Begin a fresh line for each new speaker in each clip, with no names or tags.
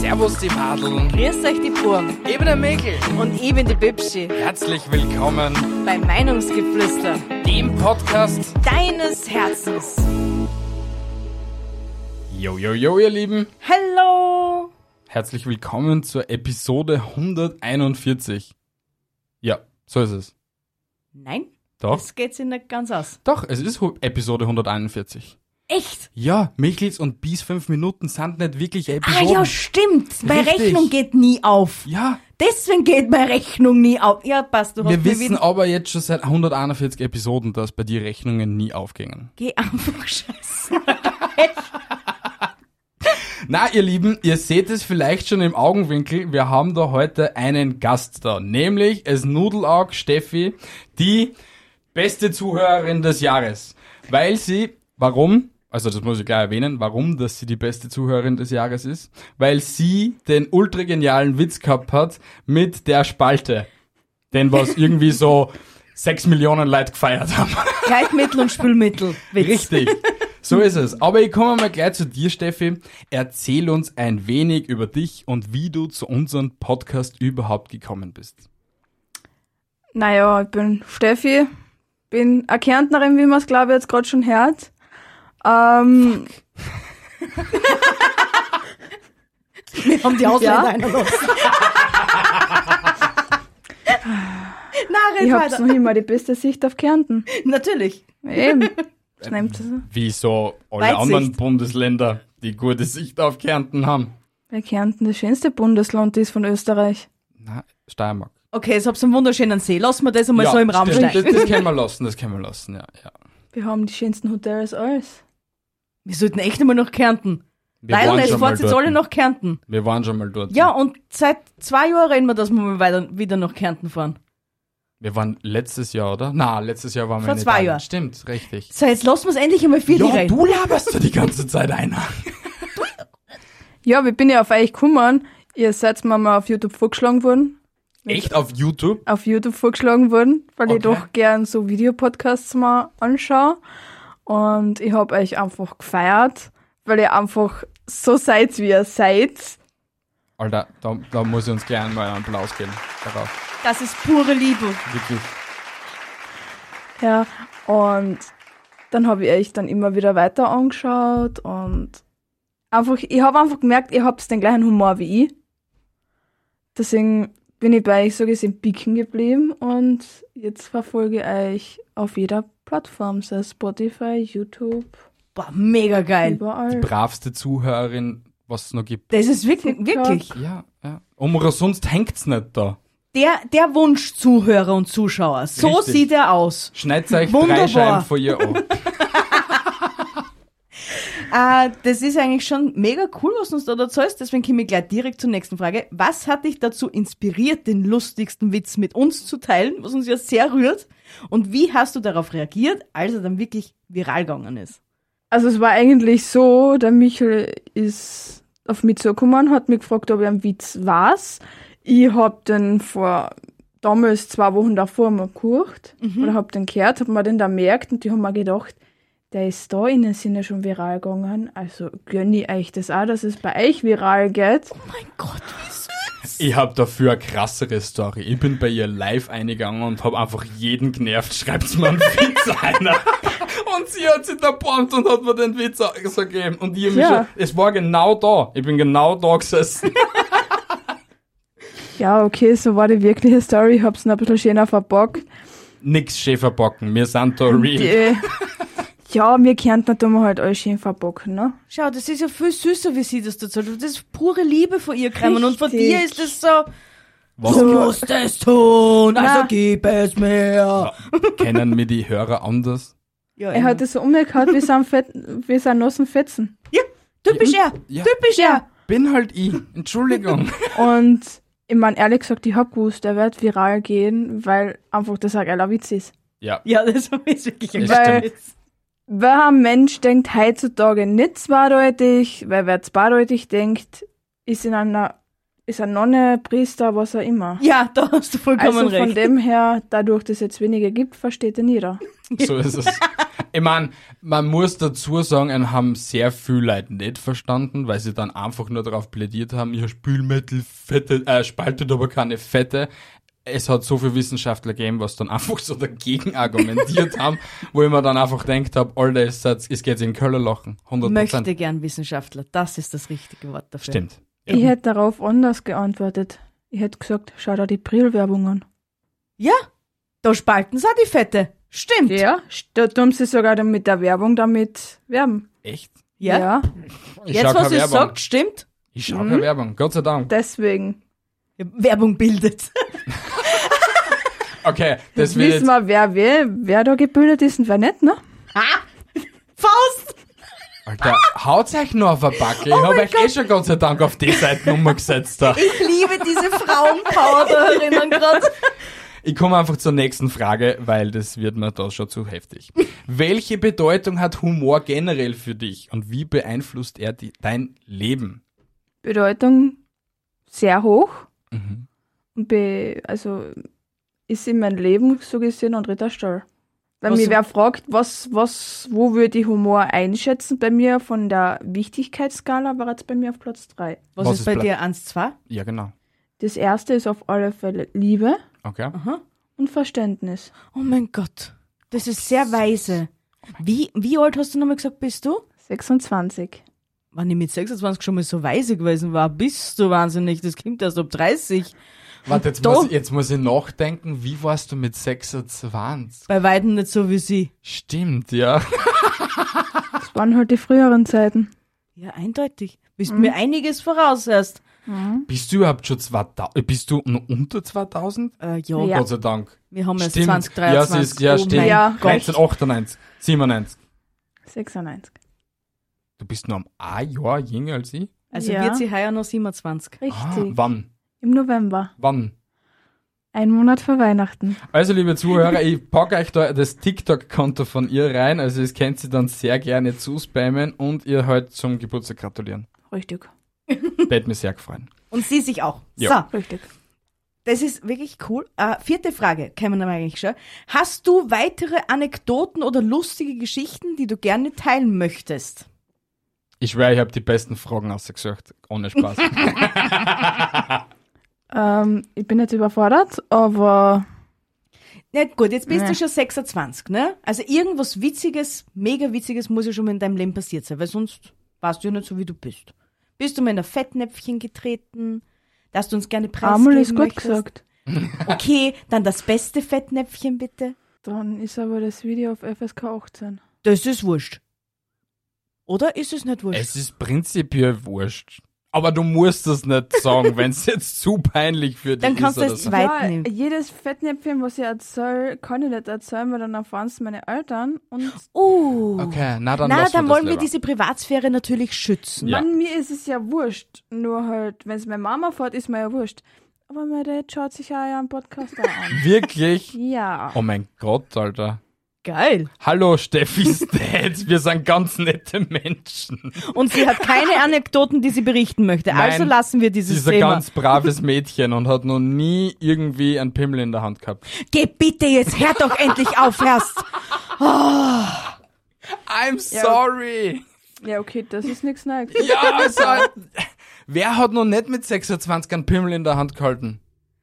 Servus die Madeln,
Grüß euch die Burm
eben der Mäkel.
und eben die Bibschi
Herzlich willkommen
bei Meinungsgeflüster
dem Podcast.
deines Herzens.
Yo, yo, yo, ihr Lieben.
Hallo!
Herzlich willkommen zur Episode 141. Ja, so ist es.
Nein,
Doch,
das geht sich nicht ganz aus.
doch, es ist Hu- Episode 141.
Echt?
Ja, Michels und Bies 5 Minuten sind nicht wirklich
Ah
Episoden.
ja, stimmt. Meine
Richtig.
Rechnung geht nie auf.
ja, deswegen.
Deswegen geht meine Rechnung nie auf. Ja, passt, du hast
Wir
mir
wissen
wieder...
aber jetzt schon seit 141 Episoden, dass bei dir Rechnungen nie aufgingen.
Geh einfach scheiße.
Na, ihr Lieben, ihr seht es vielleicht schon im Augenwinkel. Wir haben da heute einen Gast da, nämlich es Nudelaug Steffi, die beste Zuhörerin des Jahres, weil sie, warum? Also das muss ich gleich erwähnen, warum, dass sie die beste Zuhörerin des Jahres ist, weil sie den ultra genialen Witz gehabt hat mit der Spalte, den was irgendwie so sechs Millionen Leute gefeiert haben.
Gleitmittel und Spülmittel. Witz.
Richtig. So ist es. Aber ich komme mal gleich zu dir, Steffi. Erzähl uns ein wenig über dich und wie du zu unserem Podcast überhaupt gekommen bist.
Naja, ich bin Steffi, bin eine Kärntnerin, wie man es glaube ich jetzt gerade schon hört. Ähm,
Wir haben die
Ja.
Ausländer eingelassen. Na, red
ich hab's
weiter.
noch immer die beste Sicht auf Kärnten.
Natürlich.
Eben. Das nimmt es.
Wie so alle
Weitsicht.
anderen Bundesländer, die gute Sicht auf Kärnten haben.
Weil Kärnten das schönste Bundesland ist von Österreich.
Na, Steiermark.
Okay, jetzt habt ihr einen wunderschönen See. Lassen wir das einmal so im Raum
stimmt.
steigen.
Das, das können wir lassen, das können wir lassen, ja. ja.
Wir haben die schönsten Hotels alles.
Wir sollten echt einmal nach Kärnten.
Wir
Leider nicht,
mal
fahrt jetzt
dorten.
alle nach Kärnten.
Wir waren schon mal dort.
Ja, und seit zwei Jahren reden wir, dass wir mal weiter, wieder nach Kärnten fahren.
Wir waren letztes Jahr, oder? Na, letztes Jahr waren wir
Vor
in
zwei
Italien.
Jahren.
Stimmt, richtig.
So, jetzt lassen wir es endlich einmal für die
Ja,
reden.
du laberst du die ganze Zeit einer.
Ja, wir bin ja auf euch gekommen. Ihr seid mir mal auf YouTube vorgeschlagen worden.
Echt auf YouTube?
auf YouTube vorgeschlagen wurden, weil ich
Okay.
doch gern so Videopodcasts mal anschaue. Und ich hab euch einfach gefeiert, weil ihr einfach so seid, wie ihr seid.
Alter, da, da muss ich uns gerne mal einen Applaus geben. Darauf.
Das ist pure Liebe.
Wirklich.
Ja, und dann habe ich euch dann immer wieder weiter angeschaut und einfach, ich habe einfach gemerkt, ihr habt den gleichen Humor wie ich. Deswegen bin ich bei euch so gesehen picken geblieben und jetzt verfolge ich euch auf jeder Plattform, sei es Spotify, YouTube,
Boah, mega geil.
überall.
Bravste Zuhörerin, was es noch gibt.
Das ist wirklich, wirklich.
Ja, ja. Um sonst hängt's nicht da.
Der, der Wunsch Zuhörer und Zuschauer. So
Richtig.
sieht er aus.
Schneid's euch drei
Wunderbar.
Scheiben vor ihr an.
Äh, das ist eigentlich schon mega cool, was du uns da erzählst. Deswegen komme ich gleich direkt zur nächsten Frage. Was hat dich dazu inspiriert, den lustigsten Witz mit uns zu teilen, was uns ja sehr rührt? Und wie hast du darauf reagiert, als er dann wirklich viral gegangen ist?
Also es war eigentlich so, der Michel ist auf mich zugekommen, hat mich gefragt, ob ich einen Witz was. Ich hab den vor damals zwei Wochen davor mal gekocht oder hab den gehört, hab mir den da merkt und die haben mir gedacht, der ist da in dem Sinne schon viral gegangen. Also gönn ich euch das auch, dass es bei euch viral geht.
Oh Mein Gott, wie süß.
Ich hab dafür eine krassere Story. Ich bin bei ihr live eingegangen und hab einfach jeden genervt, schreibt's mir einen Witz einer. Und sie hat sich da prompt und hat mir den Witz auch so gegeben. Und ich hab mich
Ja.
schon, es war genau da. Ich bin genau da gesessen.
Ja, okay, so war die wirkliche Story. Ich hab's noch ein bisschen schöner verpackt.
Nix Schäferbocken, wir sind da real.
Die, äh, ja, wir Kärntner tun wir halt alles schön verpacken, ne?
Schau, das ist ja viel süßer, wie sie das dazu Das ist pure Liebe von ihr gekommen. Und von
Richtig.
dir ist das so,
Was
du musst es tun, also
Na.
gib es mir.
kennen mir die Hörer anders?
Ja,
Er hat es so umgekaut wie sein, Fett, wie sein nassen Fetzen.
ja typisch er,
Ja.
typisch er.
Bin halt ich. Entschuldigung.
Und ich meine, ehrlich gesagt, ich hab gewusst, der wird viral gehen, weil einfach das ein geiler Witz ist.
ja.
Ja, das ist wirklich ein
Das
guter
stimmt.
Witz.
Wer ein Mensch denkt heutzutage nicht zweideutig, weil wer zweideutig denkt, ist in einer, ist ein Nonne, Priester, was auch immer.
Ja, da hast du vollkommen
Also
recht.
von dem her, dadurch, dass es jetzt weniger gibt, versteht ihn jeder.
So ist es. ich mein, man muss dazu sagen, einen haben sehr viel Leute nicht verstanden, weil sie dann einfach nur darauf plädiert haben, ja, Spülmittel fette, äh, spaltet aber keine Fette. Es hat so viele Wissenschaftler gegeben, was dann einfach so dagegen argumentiert haben, wo ich mir dann einfach denkt habe, Alter, es, es geht in Köllerlochen. 100%.
Möchte gern Wissenschaftler, das ist das richtige Wort dafür.
Stimmt.
Ich hätte darauf anders geantwortet. Ich hätte gesagt, schau dir die Brillwerbung an.
Ja, da spalten sie auch die Fette. Stimmt.
Ja, da tun sie sogar dann mit der Werbung damit werben.
Echt?
Ja.
Ich schau
Jetzt, was
keine
ihr
Werbung.
sagt, stimmt.
Ich schau keine Werbung, Gott sei Dank.
Deswegen
Werbung bildet.
Okay, das wird
wissen
jetzt,
wir, wer, wer, wer da gebildet ist und wer nicht, ne?
Faust!
Alter, haut euch nur auf der Backe. Ich hab
Oh mein
euch eh schon Gott sei Dank auf die Seite umgesetzt da.
Ich liebe diese Frauenpower da herinnen gerade.
Ich komme einfach zur nächsten Frage, weil das wird mir da schon zu heftig. Welche Bedeutung hat Humor generell für dich und wie beeinflusst er die, dein Leben?
Bedeutung sehr hoch.
Mhm.
Und be, also ist in meinem Leben so gesehen an dritter Stelle. Wenn
Was-
mich wer fragt, was, was, wo würde ich Humor einschätzen, bei mir von der Wichtigkeitsskala war jetzt bei mir auf Platz 3.
Was,
Was
ist
ist
bei
bla-
dir? Eins, zwei?
Ja, genau.
Das erste ist auf alle Fälle Liebe
Okay.
Aha.
und Verständnis.
Oh mein Gott. Das ist sehr weise. Wie, wie alt hast du nochmal gesagt, bist du?
26.
Wenn ich mit 26 schon mal so weise gewesen war, bist du wahnsinnig. Das klingt erst ab 30.
Warte, jetzt
Da-
muss, ich- jetzt muss ich nachdenken, wie warst du mit 26?
Bei weitem nicht so wie sie.
Stimmt, ja.
Das waren halt die früheren Zeiten.
Ja, eindeutig. Bist mir einiges voraus erst.
Bist du überhaupt schon 2000? Bist du noch unter 2000?
Äh, ja,
Ja.
Gott sei Dank.
wir haben erst
Stimmt.
2023.
Ja, sie ist, ja,
oh
stimmt.
mein
Ja.
Gott.
1998, 97.
96.
Du bist nur um ein Jahr jünger als ich?
Also
Ja.
wird sie heuer noch 27.
Ah.
Richtig.
wann?
Im November.
Wann?
Ein Monat vor Weihnachten.
Also, liebe Zuhörer, ich packe euch da das TikTok-Konto von ihr rein. Also, das könnt ihr dann sehr gerne zuspammen und ihr halt zum Geburtstag gratulieren.
Richtig.
Hätte mich sehr gefreut.
Und sie sich auch.
Ja.
So,
Richtig.
das ist wirklich cool. Äh, vierte Frage, kennen wir eigentlich schon. Hast du weitere Anekdoten oder lustige Geschichten, die du gerne teilen möchtest?
Ich schwöre, ich habe die besten Fragen ausgesucht. Ohne Spaß.
Ähm, ich bin jetzt überfordert, aber
Na gut, jetzt bist
Nee.
du schon 26, ne? Also irgendwas Witziges, mega Witziges muss ja schon mal in deinem Leben passiert sein, weil sonst warst du ja nicht so, wie du bist. Bist du mal in ein Fettnäpfchen getreten, dass du uns gerne preisgeben
einmal ist gut
möchtest?
gesagt.
Okay, dann das beste Fettnäpfchen bitte.
Dann ist aber das Video auf FSK 18.
Das ist wurscht. Oder ist es nicht wurscht?
es ist prinzipiell wurscht. Aber du musst es nicht sagen, wenn es jetzt zu peinlich für dich
Dann kannst
ist.
du
Oder
es
so.
weit
ja,
nehmen.
jedes Fettnäpfchen, was ich erzähle, kann ich nicht erzählen, weil dann erfahren es meine Eltern. Und
Oh.
Okay, na dann
Na,
lassen
dann
wir das
wollen wir
lieber.
diese Privatsphäre natürlich schützen.
Ja.
an mir ist es ja wurscht. Nur halt, wenn es meine Mama fährt, ist mir ja wurscht. Aber mein Dad schaut sich ja einen Podcast auch an.
Wirklich?
Ja.
Oh mein Gott, Alter.
Geil.
Hallo Steffi's Dad, wir sind ganz nette Menschen.
Und sie hat keine Anekdoten, die sie berichten möchte.
Nein.
also lassen wir
Sie
dieses
ist ein
Thema.
ganz braves Mädchen und hat noch nie irgendwie einen Pimmel in der Hand gehabt.
Geh bitte jetzt, hör doch endlich auf, erst.
I'm sorry.
Ja, okay, das ist nichts Neues.
Ja, also, wer hat noch nicht mit 26 einen Pimmel in der Hand gehalten?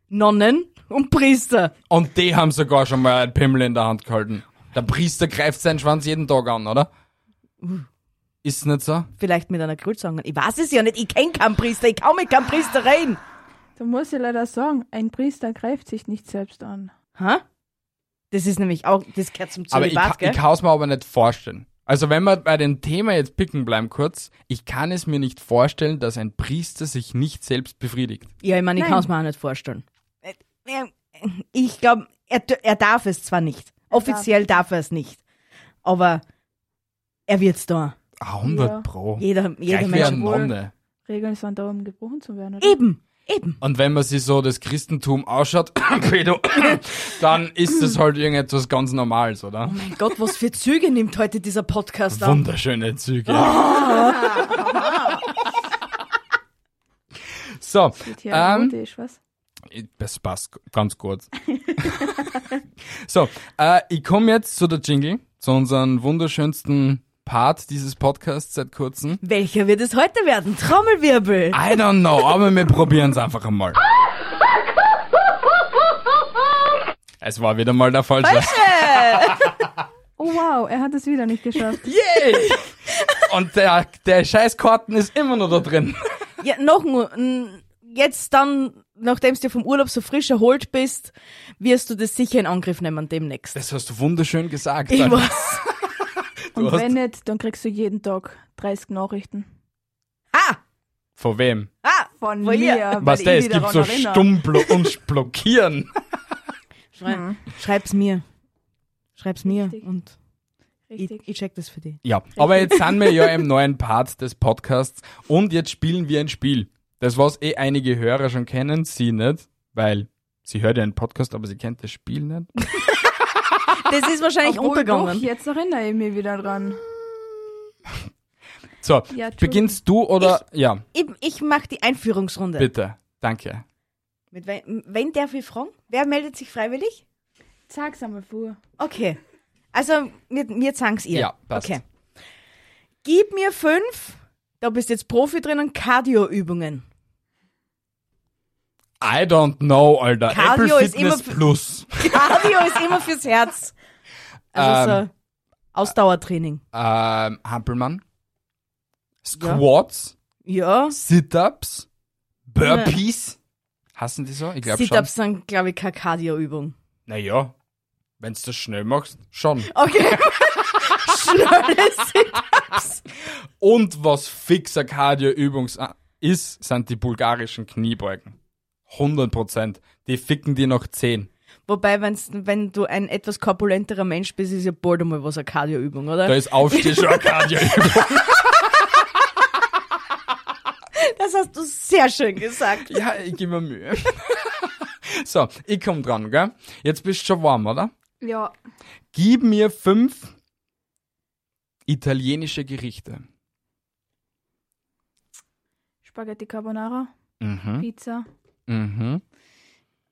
Nonnen und Priester.
Und die haben sogar schon mal einen Pimmel in der Hand gehalten. Der Priester greift seinen Schwanz jeden Tag an, oder? Ist nicht so?
Vielleicht mit einer Grützange. Ich weiß es ja nicht, ich kenn keinen Priester, ich kann mit keinem Priester reden.
Da muss ich leider sagen, ein Priester greift sich nicht selbst an.
Hä? Das ist nämlich auch, das gehört zum
aber ich,
Zölibat,
ka-
gell?
ich kann es mir aber nicht vorstellen. Also wenn wir bei dem Thema jetzt picken bleiben kurz, ich kann es mir nicht vorstellen, dass ein Priester sich nicht selbst befriedigt.
Ja, ich meine, ich
Nein.
kann es mir auch nicht vorstellen. Äh, äh, Ich glaube, er, d- er darf es zwar nicht. Offiziell darf er es nicht. Aber er wird's da.
Ah, 100
Ja.
Pro.
Jeder, jeder
Gleich wie
Mensch.
ein
wohl.
Nonne.
Regeln sind da, um gebrochen zu werden, oder?
Eben, eben.
Und wenn man sich so das Christentum ausschaut, Pedo, dann ist es halt irgendetwas ganz Normales, oder?
Oh, Mein Gott, was für Züge nimmt heute dieser Podcast an.
Wunderschöne Züge.
Ah.
so,
Ja,
ähm,
erotisch, was?
das passt ganz gut. so, äh, ich komme jetzt zu der Jingle. zu unserem wunderschönsten Part dieses Podcasts seit kurzem.
Welcher wird es heute werden? Trommelwirbel!
I don't know, aber wir probieren es einfach einmal. Es war wieder mal der falsche.
Oh wow, er hat es wieder nicht geschafft.
Yay! Und der, der scheiß Karten ist immer noch da drin.
Ja, noch nur. n- Jetzt dann, nachdem du vom Urlaub so frisch erholt bist, wirst du das sicher in Angriff nehmen demnächst.
Das hast du wunderschön gesagt.
Ich weiß.
Und
hast-
wenn nicht, dann kriegst du jeden Tag 30 Nachrichten.
Ah!
Von wem?
Ah!
Von
Von ihr.
mir.
Was
weil
der,
ich
es
mich
gibt so
daran erinnere.
stumm blo- uns blockieren.
Schrei Schreib's mir. Schreib's mir
Richtig.
und ich,
Richtig.
ich check das für dich.
Ja, aber jetzt sind wir ja im neuen Part des Podcasts und jetzt spielen wir ein Spiel. Das, was eh einige Hörer schon kennen, sie nicht, weil sie hört ja einen Podcast, aber sie kennt das Spiel nicht.
Das ist wahrscheinlich
Obwohl,
untergegangen.
Doch, jetzt erinnere ich mich wieder dran.
So,
Ja, Entschuldigung.
beginnst du oder? ja,
Ich, ich mache die Einführungsrunde.
bitte. Danke.
Mit wen, wen darf ich fragen? Wer meldet sich freiwillig?
Sag's einmal vor.
Okay. Also, mir, mir zangs ihr.
Ja, passt.
Okay. Gib mir fünf, da bist jetzt Profi drinnen, Cardio-Übungen.
I don't know, Alter.
Cardio
Apple
ist
Fitness
immer für-
Plus.
Cardio ist immer fürs Herz. Also
Ähm.
so Ausdauertraining.
Ähm, Hampelmann. Squats,
Ja.
Sit-Ups, Burpees. Hassen die so? Ich glaube schon.
Sit-Ups sind, glaube ich, keine Cardio-Übung.
Naja, wenn du das schnell machst, schon.
Okay. Schnelles Sit-Ups.
Und was fixer Cardio-Übung ist, sind die bulgarischen Kniebeugen. 100 Prozent. Die ficken die noch 10.
Wobei, wenn's, wenn du ein etwas korpulenterer Mensch bist, ist ja bald einmal was eine Cardio-Übung,
Da
oder?
ist Aufstehen schon eine Cardio-Übung.
Das hast du sehr schön gesagt.
Ja, ich gebe mir Mühe. So, ich komm dran, gell? Jetzt bist du schon warm, oder?
Ja.
Gib mir fünf italienische Gerichte.
Spaghetti Carbonara,
Mhm,
Pizza,
mhm,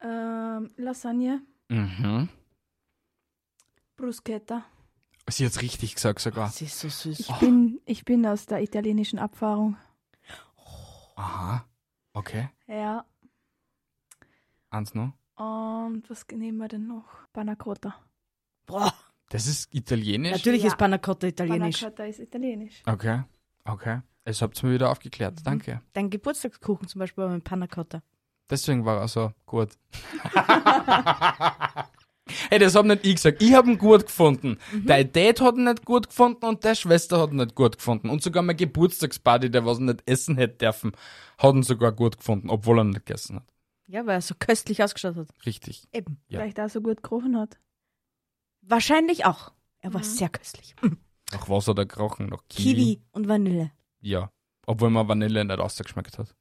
ähm, Lasagne,
mhm.
Bruschetta.
Sie hat's richtig gesagt sogar.
Das ist so süß.
Oh.
Ich bin, ich bin aus der italienischen Abfahrung.
Aha, okay.
Ja.
Eins noch.
Und was nehmen wir denn noch? Panna Cotta.
Boah.
Das ist italienisch?
Natürlich
Ja.
ist Panna Cotta italienisch.
Panna Cotta ist italienisch.
Okay, okay. Es habt mir wieder aufgeklärt. Danke.
Dein Geburtstagskuchen zum Beispiel war mit Panna Cotta.
Deswegen war er so gut. hey, das hab nicht ich gesagt. Ich hab ihn gut gefunden.
Mhm.
Dein Dad hat ihn nicht gut gefunden und deine Schwester hat ihn nicht gut gefunden. Und sogar meine Geburtstagsparty, der was nicht essen hätte dürfen, hat ihn sogar gut gefunden, obwohl er ihn nicht gegessen hat.
Ja, weil er so köstlich ausgeschaut hat.
Richtig.
Eben.
Ja.
Vielleicht auch so gut gerochen hat.
Wahrscheinlich auch. Er war sehr köstlich.
Nach was hat er gerochen? Nach Kiwi?
Kiwi und Vanille.
Ja. Obwohl man Vanille nicht ausgeschmeckt hat.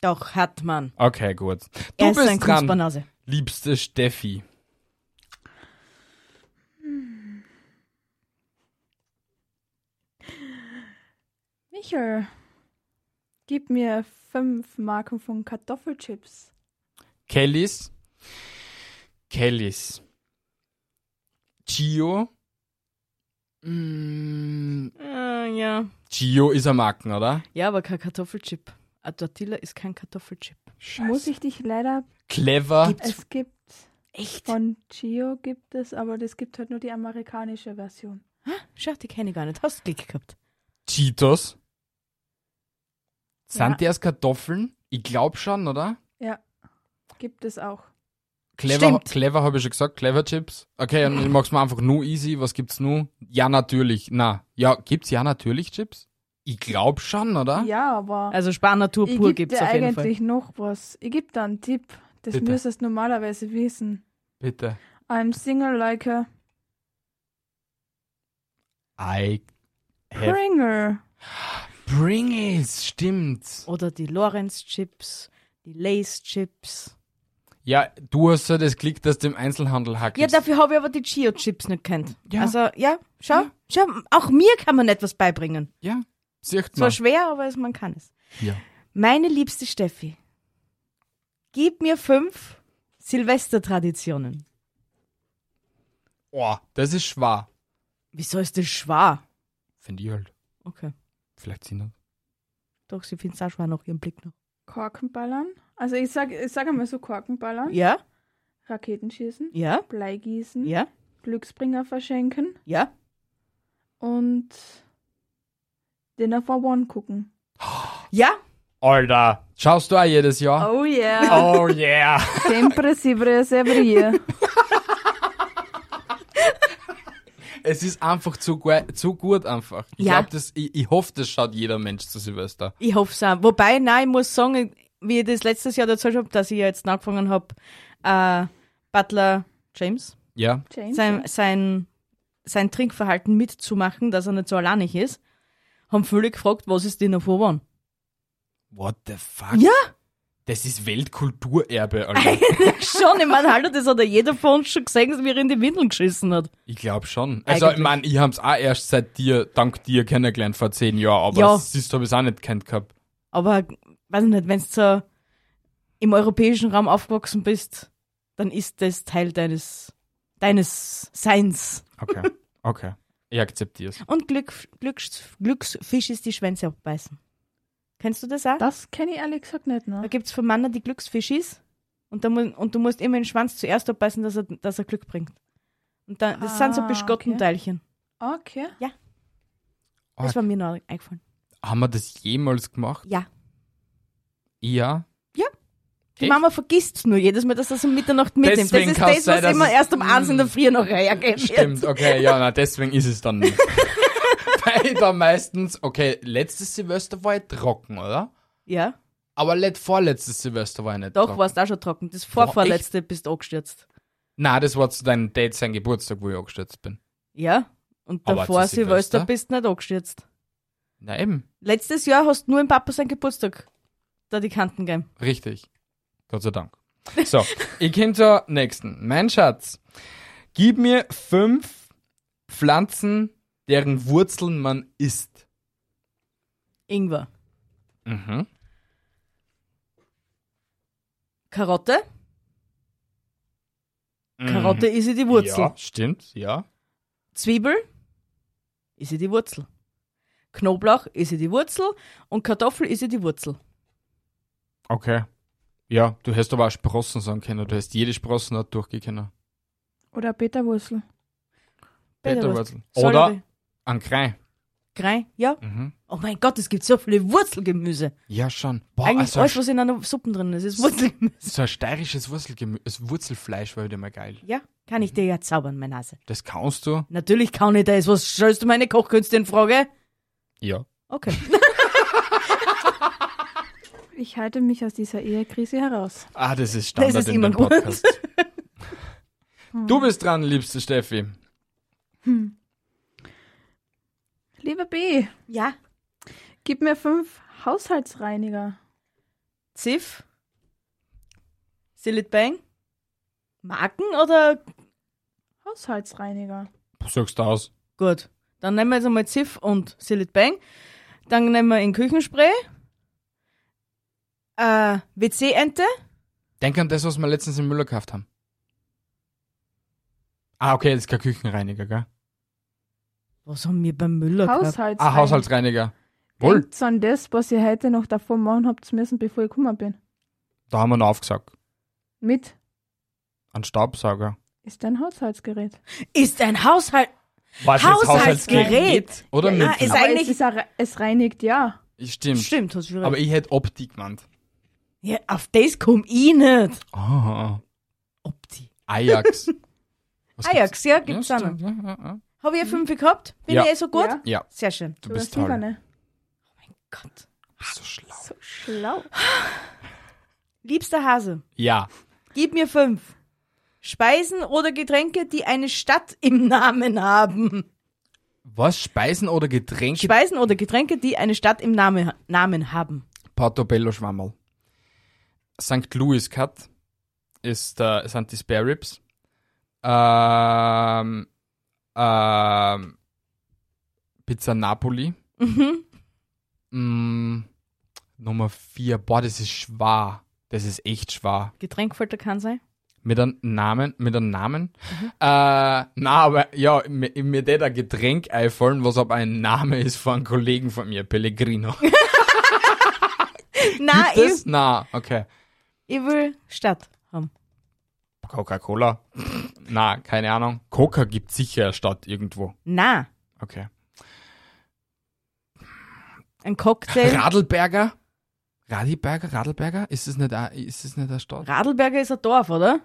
Doch, hat man.
Okay, gut. Du
er ist ein
bist dran,
Kunstbanause.
liebste Steffi.
Michael, gib mir fünf Marken von Kartoffelchips.
Kellys. Kellys. Chio. Mm,
Äh, ja.
Chio ist ein Marken, oder?
Ja, aber kein Kartoffelchip. Eine Tortilla ist kein Kartoffelchip.
Muss ich dich leider.
Clever.
Gibt's-
Es gibt
Echt?
von Chio gibt es, aber das gibt halt nur die amerikanische Version.
Schau, die kenne ich gar nicht. Hast Glück gehabt.
Cheetos.
Ja.
Sind die aus Kartoffeln? Ich glaube schon, oder?
Ja, gibt es auch.
Clever,
Stimmt.
clever habe ich schon gesagt. Clever Chips. Okay, und ich mach's mir einfach nur easy. Was gibt's nur? Ja, natürlich. Na, ja, gibt's ja natürlich Chips? Ich glaube schon, oder?
Ja, aber
Also Spaner Tour
ich
pur
gebe
gibt es
dir
auf jeden Fall.
eigentlich noch was. Ich gebe dir einen Tipp. Das
Bitte.
müsstest du normalerweise wissen.
Bitte.
I'm single like a
I have
Pringle.
Pringles, stimmt.
Oder die Lorenz-Chips, die Lace-Chips.
Ja, du hast ja das Glück, dass du im Einzelhandel hackst.
Ja, dafür habe ich aber die Chio-Chips nicht kennt.
Ja.
Also, ja, schau, schau, auch mir kann man etwas beibringen.
ja sieht
Zwar
man.
schwer, aber es, man kann es.
Ja.
Meine liebste Steffi, gib mir fünf Silvestertraditionen.
Oh, das ist schwer.
Wieso ist das schwer?
Finde ich halt.
Okay.
Vielleicht sie nicht.
Doch, sie findet es auch schwer nach ihrem Blick noch.
Korkenballern. Also ich sag, ich sag einmal so Korkenballern,
Ja,
Raketenschießen,
ja,
Bleigießen,
ja,
Glücksbringer verschenken
ja.
und Dinner for One gucken.
Ja,
Alter, schaust du auch jedes Jahr?
Oh yeah.
Oh, yeah.
Sempre, sempre, sempre. yeah.
es ist einfach zu, gu- zu gut einfach. Ich
Ja.
glaub, das, ich, ich hoffe, das schaut jeder Mensch zu Silvester.
ich hoffe es auch. Wobei, nein, ich muss sagen, wie ich das letztes Jahr dazu habe, dass ich ja jetzt angefangen habe, äh, Butler James,
Ja.
James.
sein, sein, sein Trinkverhalten mitzumachen, dass er nicht so alleinig ist, haben viele gefragt, was ist Dinner for One?
What the fuck?
Ja,
Das ist Weltkulturerbe, Alter.
schon. Ich meine, hallo, das hat ja jeder von uns schon gesehen, wie er in die Windeln geschissen hat.
ich glaube schon. Also,
Eigentlich.
ich meine, ich hab's auch erst seit dir, dank dir kennengelernt vor zehn Jahren, aber
Ja.
siehst du, hab ich's auch nicht kennt gehabt.
Aber, weiß ich nicht, wenn du so im europäischen Raum aufgewachsen bist, dann ist das Teil deines, deines Seins.
Okay. Okay. Ich akzeptier's.
Und Glück, Glücks, Glücksfisch ist die Schwänze abbeißen. Kennst du das auch?
Das kenne ich ehrlich gesagt nicht,
Da
ne?
gibt es von Männern, die Glücksfisch ist. Und, da mu und du musst immer den Schwanz zuerst abbeißen, dass er, dass er Glück bringt. Und dann, das sind so
Ah,
Bischottenteilchen.
Okay.
Das war mir noch eingefallen.
Haben wir das jemals gemacht?
Ja.
Ja.
Die
Echt?
Mama vergisst nur jedes Mal, dass das um Mitternacht mitnimmt.
Deswegen
das
kann's
ist das,
sein,
was
dass
immer
es-
erst um eins in der Früh noch reagiert.
Stimmt, okay, ja, na, deswegen ist es dann nicht. Weil ich da meistens, okay, letztes Silvester war ich trocken, oder?
Ja,
Aber let, vorletztes Silvester war ich nicht
doch,
trocken.
warst du auch schon trocken. Das
Boah,
vorvorletzte bist du angestürzt.
Nein, das war zu deinem Date sein Geburtstag, wo ich angestürzt bin.
Ja, und
Aber
davor
zu Silvester?
Silvester bist du nicht angestürzt.
Na eben,
Letztes Jahr hast du nur im Papa seinen Geburtstag da die Kanten gegeben.
richtig. Gott sei Dank. So, ich komme zur nächsten. Mein Schatz, gib mir fünf Pflanzen, deren Wurzeln man isst.
Ingwer.
Mhm.
Karotte. Karotte ist ja die
Mhm.
Wurzel.
Ja, stimmt, ja.
Zwiebel ist ja die Wurzel. Knoblauch ist ja die Wurzel. Und Kartoffel ist ja die Wurzel.
Okay. Ja, du hättest aber auch Sprossen sagen können. Du hättest jede Sprossenart durchgehen können.
Oder Peter Wursel.
Blätterwurzel.
Salbe.
Oder ein Krein.
Grein, ja.
Mhm.
Oh mein Gott, es gibt so viele Wurzelgemüse.
Ja, schon. Boah,
Eigentlich
also
alles, was in einer Suppe drin ist, ist Wurzelgemüse.
so ein steirisches Wurzelgemü das Wurzelfleisch war wieder mal geil.
Ja, kann ich dir ja zaubern, meine Nase.
Das kannst du?
Natürlich kann ich das. Was stellst du meine Kochkünste in Frage?
Ja.
Okay.
Ich halte mich aus dieser Ehekrise heraus.
Ah, das ist
Das
Standard
ist
in
immer
dem
gut.
Podcast. du bist dran, liebste Steffi.
Liebe B,
Ja.
gib mir fünf Haushaltsreiniger.
Ziff. Silit Bang. Marken oder?
Haushaltsreiniger.
Sagst du aus?
Gut. Dann nehmen wir jetzt einmal Ziff und Silit Bang. Dann nehmen wir in Küchenspray. Äh, WC-Ente.
Denk an das, was wir letztens im Müller gekauft haben. Ah, okay, das ist kein Küchenreiniger, gell?
Was haben wir beim Müller gehabt?
Haushaltsreiniger.
Ah, Haushaltsreiniger. Wohl,
Denkt an das, was ihr heute noch davor machen habt müssen, bevor ich gekommen bin.
da haben wir noch aufgesagt.
Mit
Ein Staubsauger.
ist ein Haushaltsgerät.
Ist ein Haushalt.
Was
Haushaltsgerät.
Oder
Ja,
Mittel?
ist
Aber
eigentlich-
es, ist ein Re- es reinigt, ja.
Stimmt.
Stimmt, hast du recht.
Aber ich hätte Optik gemeint.
ja, auf das komm ich nicht.
Ah,
Opti.
Ajax. Was
Ajax, Ah ja,
gibt's?
gibt's
Ja,
auch noch.
stimmt, ja, ja, ja.
Habe ich eine 5 gehabt? Bin
Ja.
ich eh so gut?
Ja.
ja,
Sehr schön.
du bist
das
toll.
Silberne.
Gott.
Bist so schlau.
So schlau.
Liebster Hase,
Ja,
gib mir fünf. Speisen oder Getränke, die eine Stadt im Namen haben.
was? Speisen oder Getränke?
Speisen oder Getränke, die eine Stadt im Name, Namen haben.
Portobello Schwammerl. St. Louis Cut ist, äh, sind die Spare Ribs. Ähm, ähm, Pizza Napoli.
Mhm.
Mm, Nummer 4. Boah, das ist schwer. Das ist echt schwer.
Getränkfolter kann sein.
Mit einem Namen, mit einem Namen?
Mhm.
Äh, na, aber ja, mir, mir tät ein Getränk einfallen, was aber ein Name ist von einem Kollegen von mir, Pellegrino.
Nein,
das?
ich,
Na, okay.
ich will Stadt haben.
Coca-Cola? na, keine Ahnung. Coca gibt sicher eine Stadt irgendwo.
Nein,
Okay.
ein Cocktail.
Radlberger? Radiberger? Radlberger? Ist es nicht, a- ist es nicht eine Stadt?
Radlberger ist ein Dorf, oder?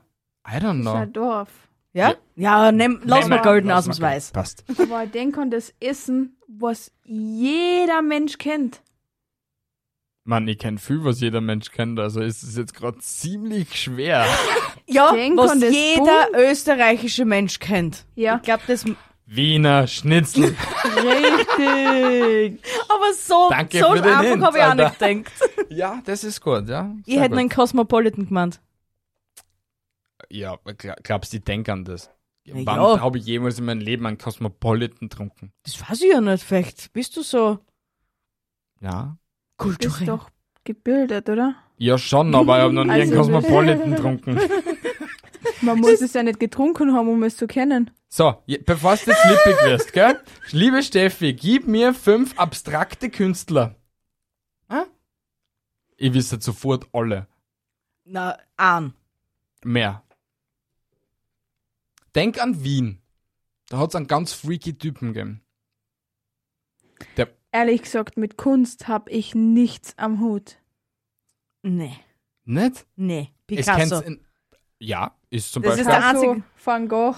I don't
Das ist
know.
ein Dorf.
Ja? Ja, nehm, lass
Nein,
mal
nein,
golden
lass
aus dem
mal
Weiß.
Geld. Passt.
Aber ich denke an das Essen, was jeder Mensch kennt.
Mann, ich kenne viel, was jeder Mensch kennt, also ist es jetzt gerade ziemlich schwer.
Ja,
Denk
was
an das
jeder österreichische Mensch kennt.
Ja.
Ich glaube, das.
Wiener Schnitzel.
Richtig! Aber so,
Danke
so
für den
einfach
Hint,
habe ich auch
Alter.
nicht gedacht.
ja, das ist gut, ja.
Ich hätte einen Cosmopolitan gemeint.
Ja, gla- glaubst du, ich denke an das?
Ja.
Wann habe ich jemals in meinem Leben einen Cosmopolitan getrunken?
Das weiß ich ja nicht, vielleicht. Bist du so
Ja.
Du bist
kulturell?
doch gebildet, oder?
Ja, schon, aber ich habe noch nie einen
Also-
Cosmopolitan getrunken.
Man muss es ja nicht getrunken haben, um es zu kennen.
So, je- bevor du jetzt lippig wirst, gell? Liebe Steffi, gib mir fünf abstrakte Künstler. Hä? Ich wüsste sofort alle.
Na, an.
Mehr. Denk an Wien. Da hat's einen ganz freaky Typen gegeben.
Ehrlich gesagt, mit Kunst habe ich nichts am Hut.
Nee,
Nicht?
nee.
Es
Picasso.
kennt's in- ja, ist zum
Das
Beispiel.
ist der
Picasso,
einzige-
Van Gogh.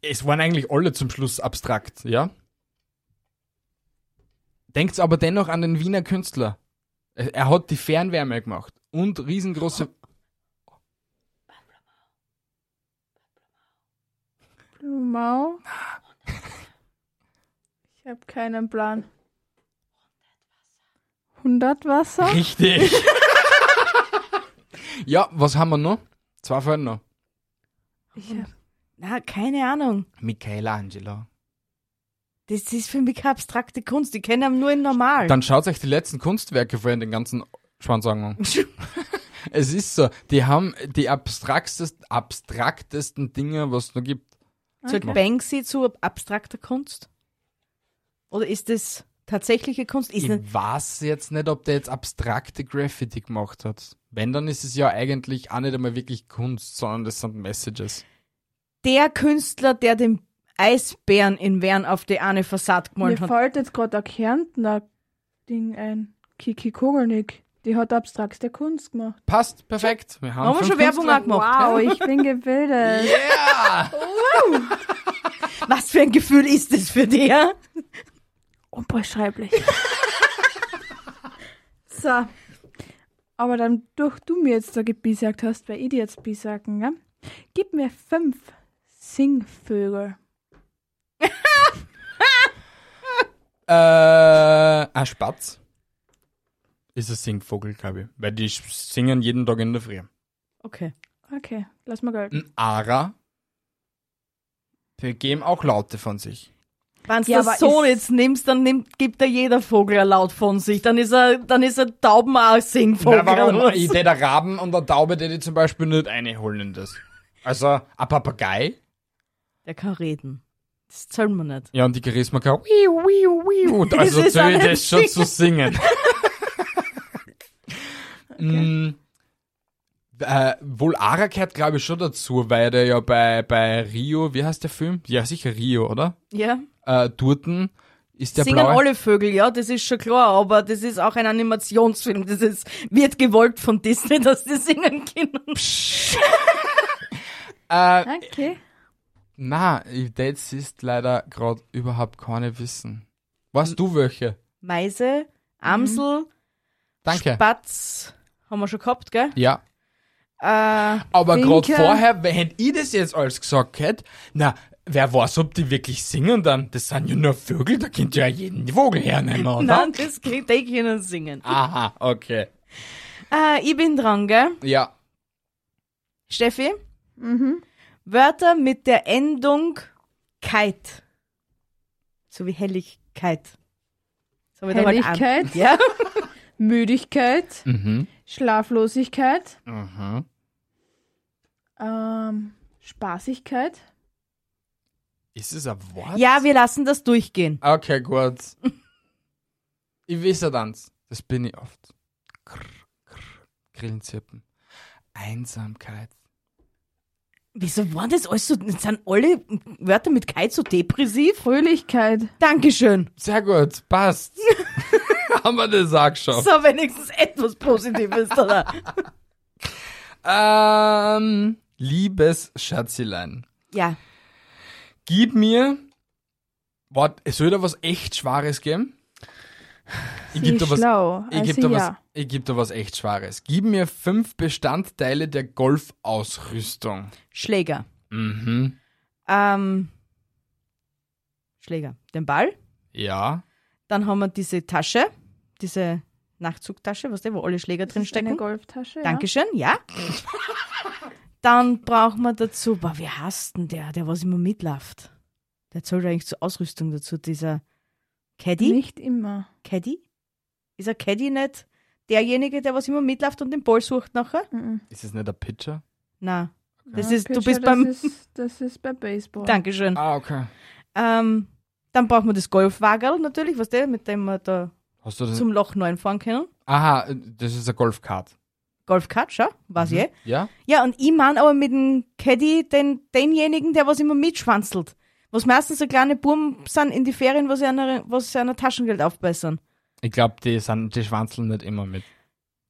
es waren eigentlich alle zum Schluss abstrakt, ja? Denkt aber dennoch an den Wiener Künstler. Er er hat die Fernwärme gemacht und riesengroße.
Blumau. Ich habe keinen Plan. 100 Wasser?
Richtig! ja, was haben wir noch? Zwei Fälle noch.
Ich hab,
Na, keine Ahnung.
Michelangelo.
Das ist für mich keine abstrakte Kunst. Ich kenne ihn nur in normal.
Dann schaut euch die letzten Kunstwerke vor in den ganzen Schwanz an. es ist so, die haben die abstraktesten, abstraktesten Dinge, was es noch gibt.
Zählt Banksy zu abstrakter Kunst? Oder ist das tatsächliche Kunst? Ist
Ich
nicht,
weiß jetzt nicht, ob der jetzt abstrakte Graffiti gemacht hat. Wenn, dann ist es ja eigentlich auch nicht einmal wirklich Kunst, sondern das sind Messages.
der Künstler, der den Eisbären in Wern auf die eine Fassade
mir
gemalt hat.
fällt jetzt gerade ein Kärntner Ding ein. Kiki Kogelnick. Die hat abstrakte Kunst gemacht.
Passt, perfekt. Wir haben,
Haben wir
fünf
schon Werbung
Künstler.
auch gemacht?
Wow, ich bin gebildet.
Yeah!
Was für ein Gefühl ist das für dich? ja?
Unbeschreiblich. so. Aber dann, durch du mir jetzt da gebisagt hast, weil ich dir jetzt bisagen, gell? Gib mir fünf Singvögel.
äh, ein Spatz. Ist ein Singvogel, glaube ich. Weil die singen jeden Tag in der Früh.
Okay.
Okay, lass mal gelten.
Ein Ara. Die geben auch Laute von sich.
Wenn du
Ja,
das
aber
so
ist-
jetzt nimmst, dann nimmt, gibt da jeder Vogel ein Laut von sich. Dann ist er, dann ist er Tauben auch ein Singvogel.
Na, warum?
oder
Ich
was?
tät der Raben und der Taube tät ich zum Beispiel nicht einholen in das. Also, ein Papagei.
Der kann reden. Das zählen wir nicht.
Ja, und die Charisma kann wiu, wiu, wiu. Und also
ist
soll ich
alles
das schon zu singen. Mm, äh, wohl Ara gehört, glaube ich, schon dazu, weil der ja bei, bei Rio, wie heißt der Film? Ja, sicher Rio, oder?
Ja.
Äh, Durten ist der
Singen
blaue.
alle Vögel, ja, das ist schon klar, aber das ist auch ein Animationsfilm. Das ist, wird gewollt von Disney, dass die singen können.
Äh,
Okay.
na, das ist leider gerade überhaupt keine Wissen. Weißt du welche?
Meise, Amsel,
Danke.
Spatz, haben wir schon gehabt, gell?
ja.
Äh,
Aber gerade
Finke.
vorher, wer hätte ich das jetzt alles gesagt hätte, na, wer weiß, ob die wirklich singen dann? Das sind ja nur Vögel, da könnt ihr ja jeden Vogel hernehmen, oder?
nein, das geht, die können singen.
Aha, okay.
Äh, ich bin dran, gell?
Ja,
Steffi?
Mhm.
Wörter mit der Endung Kite. So wie Helligkeit. So wie der heute Abend.
Helligkeit,
Ja.
Müdigkeit, Schlaflosigkeit, Ähm, Spaßigkeit.
Ist es ein Wort?
Ja, wir lassen das durchgehen.
Okay, gut. ich weiß ja ganz. Das bin ich oft. Krr, krr, Grillenzirpen. Einsamkeit.
Wieso waren das alles so, sind alle Wörter mit Kai so depressiv?
Fröhlichkeit.
Dankeschön.
Sehr gut, passt. Haben wir das auch geschafft.
So, wenigstens etwas Positives, oder?
Ähm, liebes Schatzilein,
Ja.
gib mir. Warte, es soll da was echt Schwares geben? Ich
Sie
geb da was,
schlau.
ich geb
Äh,
also
da was,
ja.
ich geb da was echt Schwares. Gib mir fünf Bestandteile der Golfausrüstung.
Schläger.
Mhm.
Ähm, Schläger. Den Ball.
Ja.
Dann haben wir diese Tasche, diese Nachtzugtasche, weißt du, wo alle Schläger
Das ist eine
drinstecken.
Golftasche.
Dankeschön, ja. Dann braucht man dazu, boah, wie heißt denn der, der was immer mitläuft? Der zählt eigentlich zur Ausrüstung dazu, dieser
Ja.
Caddy.
Nicht immer.
Caddy? Ist ein Caddy nicht derjenige, der was immer mitläuft und den Ball sucht nachher?
Mhm.
Ist es nicht der Pitcher?
Na, das
Ja,
ist, du
Pitcher,
bist beim.
Das ist, das ist bei Baseball.
Dankeschön.
Ah, okay.
Ähm, dann braucht man das Golfwagerl natürlich, was der, mit dem wir da
Hast du das?
zum Loch 9 fahren können.
Aha, äh, das ist ein Golfkart.
Golfkart, schau, weiß ich eh.
Ja?
Ja, und ich meine aber mit dem Caddy den, denjenigen, der was immer mitschwanzelt. Was meistens so kleine Buben sind in die Ferien, was sie einer, was sie einer Taschengeld aufbessern.
Ich glaube, die, sind- die schwanzeln nicht immer mit.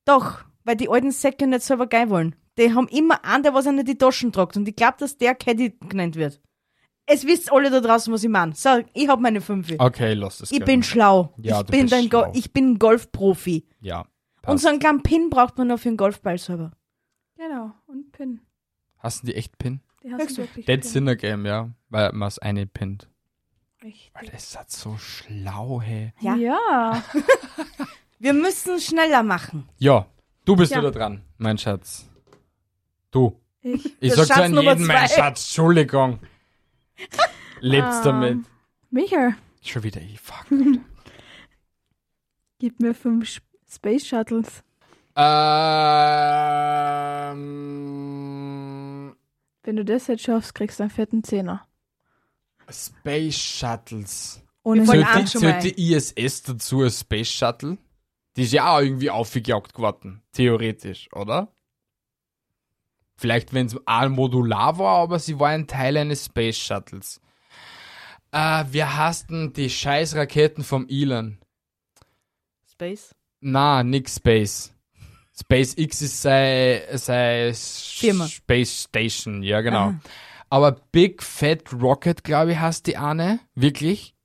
Doch, weil die alten Säcke nicht selber geil wollen. Die haben immer einen, der was einer die Taschen tragt. Und ich glaube, dass der Caddy genannt wird. Es wisst alle da draußen, was ich meine. So, ich hab meine Fünfe.
Okay, lass das.
ich
gelten.
bin schlau.
Ja,
ich,
du
bin
bist
ein Go
schlau.
ich bin ein Golfprofi.
Ja.
Und
passt.
so einen kleinen Pin braucht man noch für einen Golfball selber.
Genau. Und Pin.
Hast du die echt pin?
Die hast
Sagst du.
du wirklich.
Dead
Pin.
Sinner Game, ja. Weil man es eine pinnt. Weil
Richtig.
das ist halt so schlau, hey.
Ja.
ja.
Wir müssen schneller machen.
Ja, du bist
Ja.
wieder dran, mein Schatz. Du.
Ich.
Ich
Der
sag
Schatz
zu einem
Nummer
jeden, mein
zwei. Ah.
Schatz, Entschuldigung. Lebst
Ähm.
damit.
Michael,
Schon wieder ich, fuck.
gib mir fünf Sch- Space Shuttles.
ähm,
Wenn du das jetzt schaffst, kriegst du einen fetten Zehner.
Space Shuttles.
Ohne
Wir wollen
Witz.
auch
Sollte,
schon mal.
sollte ISS dazu ein Space Shuttle? Die ist ja auch irgendwie aufgejagt geworden, theoretisch, oder? Vielleicht, wenn es auch modular war, aber sie war ein Teil eines Space Shuttles. Äh, wir hassten die scheiß Raketen vom Elon.
Space.
Na, nix Space. SpaceX ist sei, sei
Firma. Ah.
Space Station, ja genau.
Aha.
Aber Big Fat Rocket, glaube ich, heißt die eine. Wirklich?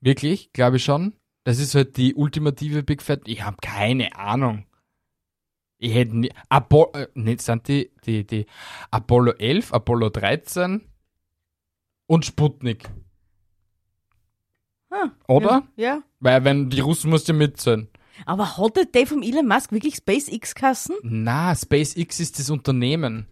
Wirklich, glaube ich schon. Das ist halt die ultimative Big Fat. Ich habe keine Ahnung. Ich hätte nie, Apollo, äh, nee, sind die, die, die Apollo 11, Apollo 13 und Sputnik,
Ah,
oder?
Ja. ja.
Weil wenn die Russen musst ja mit sein.
Aber hat der Dave vom Elon Musk wirklich SpaceX-Kassen?
Na, SpaceX ist das Unternehmen.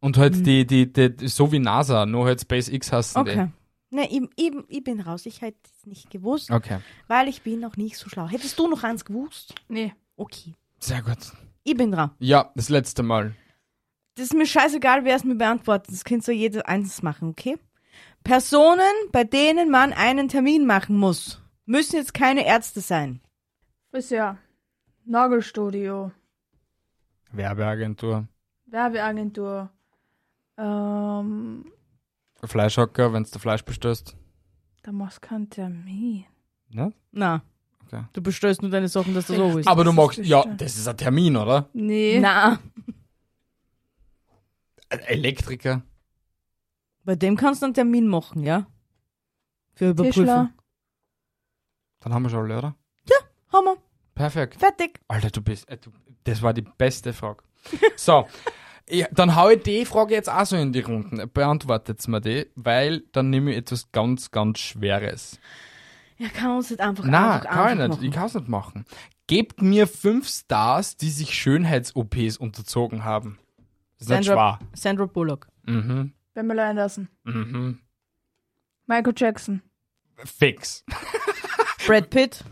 Und halt die, die, die, die, so wie NASA, nur halt SpaceX heißen
Okay. Ne, ich, ich, ich bin raus. Ich hätte es nicht gewusst,
die. Okay.
weil ich bin noch nicht so schlau. Hättest du noch eins gewusst?
Nee.
Okay.
Sehr gut.
Ich bin dran.
Ja, das letzte Mal.
Das ist mir scheißegal, wer es mir beantwortet. Das könnt ihr jedes eins machen, okay? Personen, bei denen man einen Termin machen muss, müssen jetzt keine Ärzte sein.
Ist ja. Nagelstudio.
Werbeagentur.
Werbeagentur. Ähm,
Fleischhocker, wenn du Fleisch bestellst.
da machst du keinen Termin.
Ne?
Na.
Okay.
Du bestellst nur deine Sachen, dass du so bist.
Aber du
ist
magst, ja,
bestimmt.
das ist ein Termin, oder?
Nee.
Na.
Ein Elektriker.
Bei dem kannst du einen Termin machen, ja? Für
Tischler.
Überprüfung.
Dann haben wir schon alle, oder?
Hammer.
Perfekt.
Fertig.
Alter, du bist, äh, du, das war die beste Frage. So. Ja, dann hau ich die Frage jetzt auch so in die Runden. Beantwortet mir die, weil dann nehme ich etwas ganz, ganz Schweres.
Ja, kann uns nicht einfach
Na,
einfach,
kann ich
einfach
nicht.
machen.
Ich kann es nicht machen. Gebt mir fünf Stars, die sich Schönheits-OPs unterzogen haben. Ist nicht
Sandra,
schwer.
Sandra Bullock.
Mhm.
Pamela Anderson.
Mhm.
Michael Jackson.
Fix.
Brad Pitt.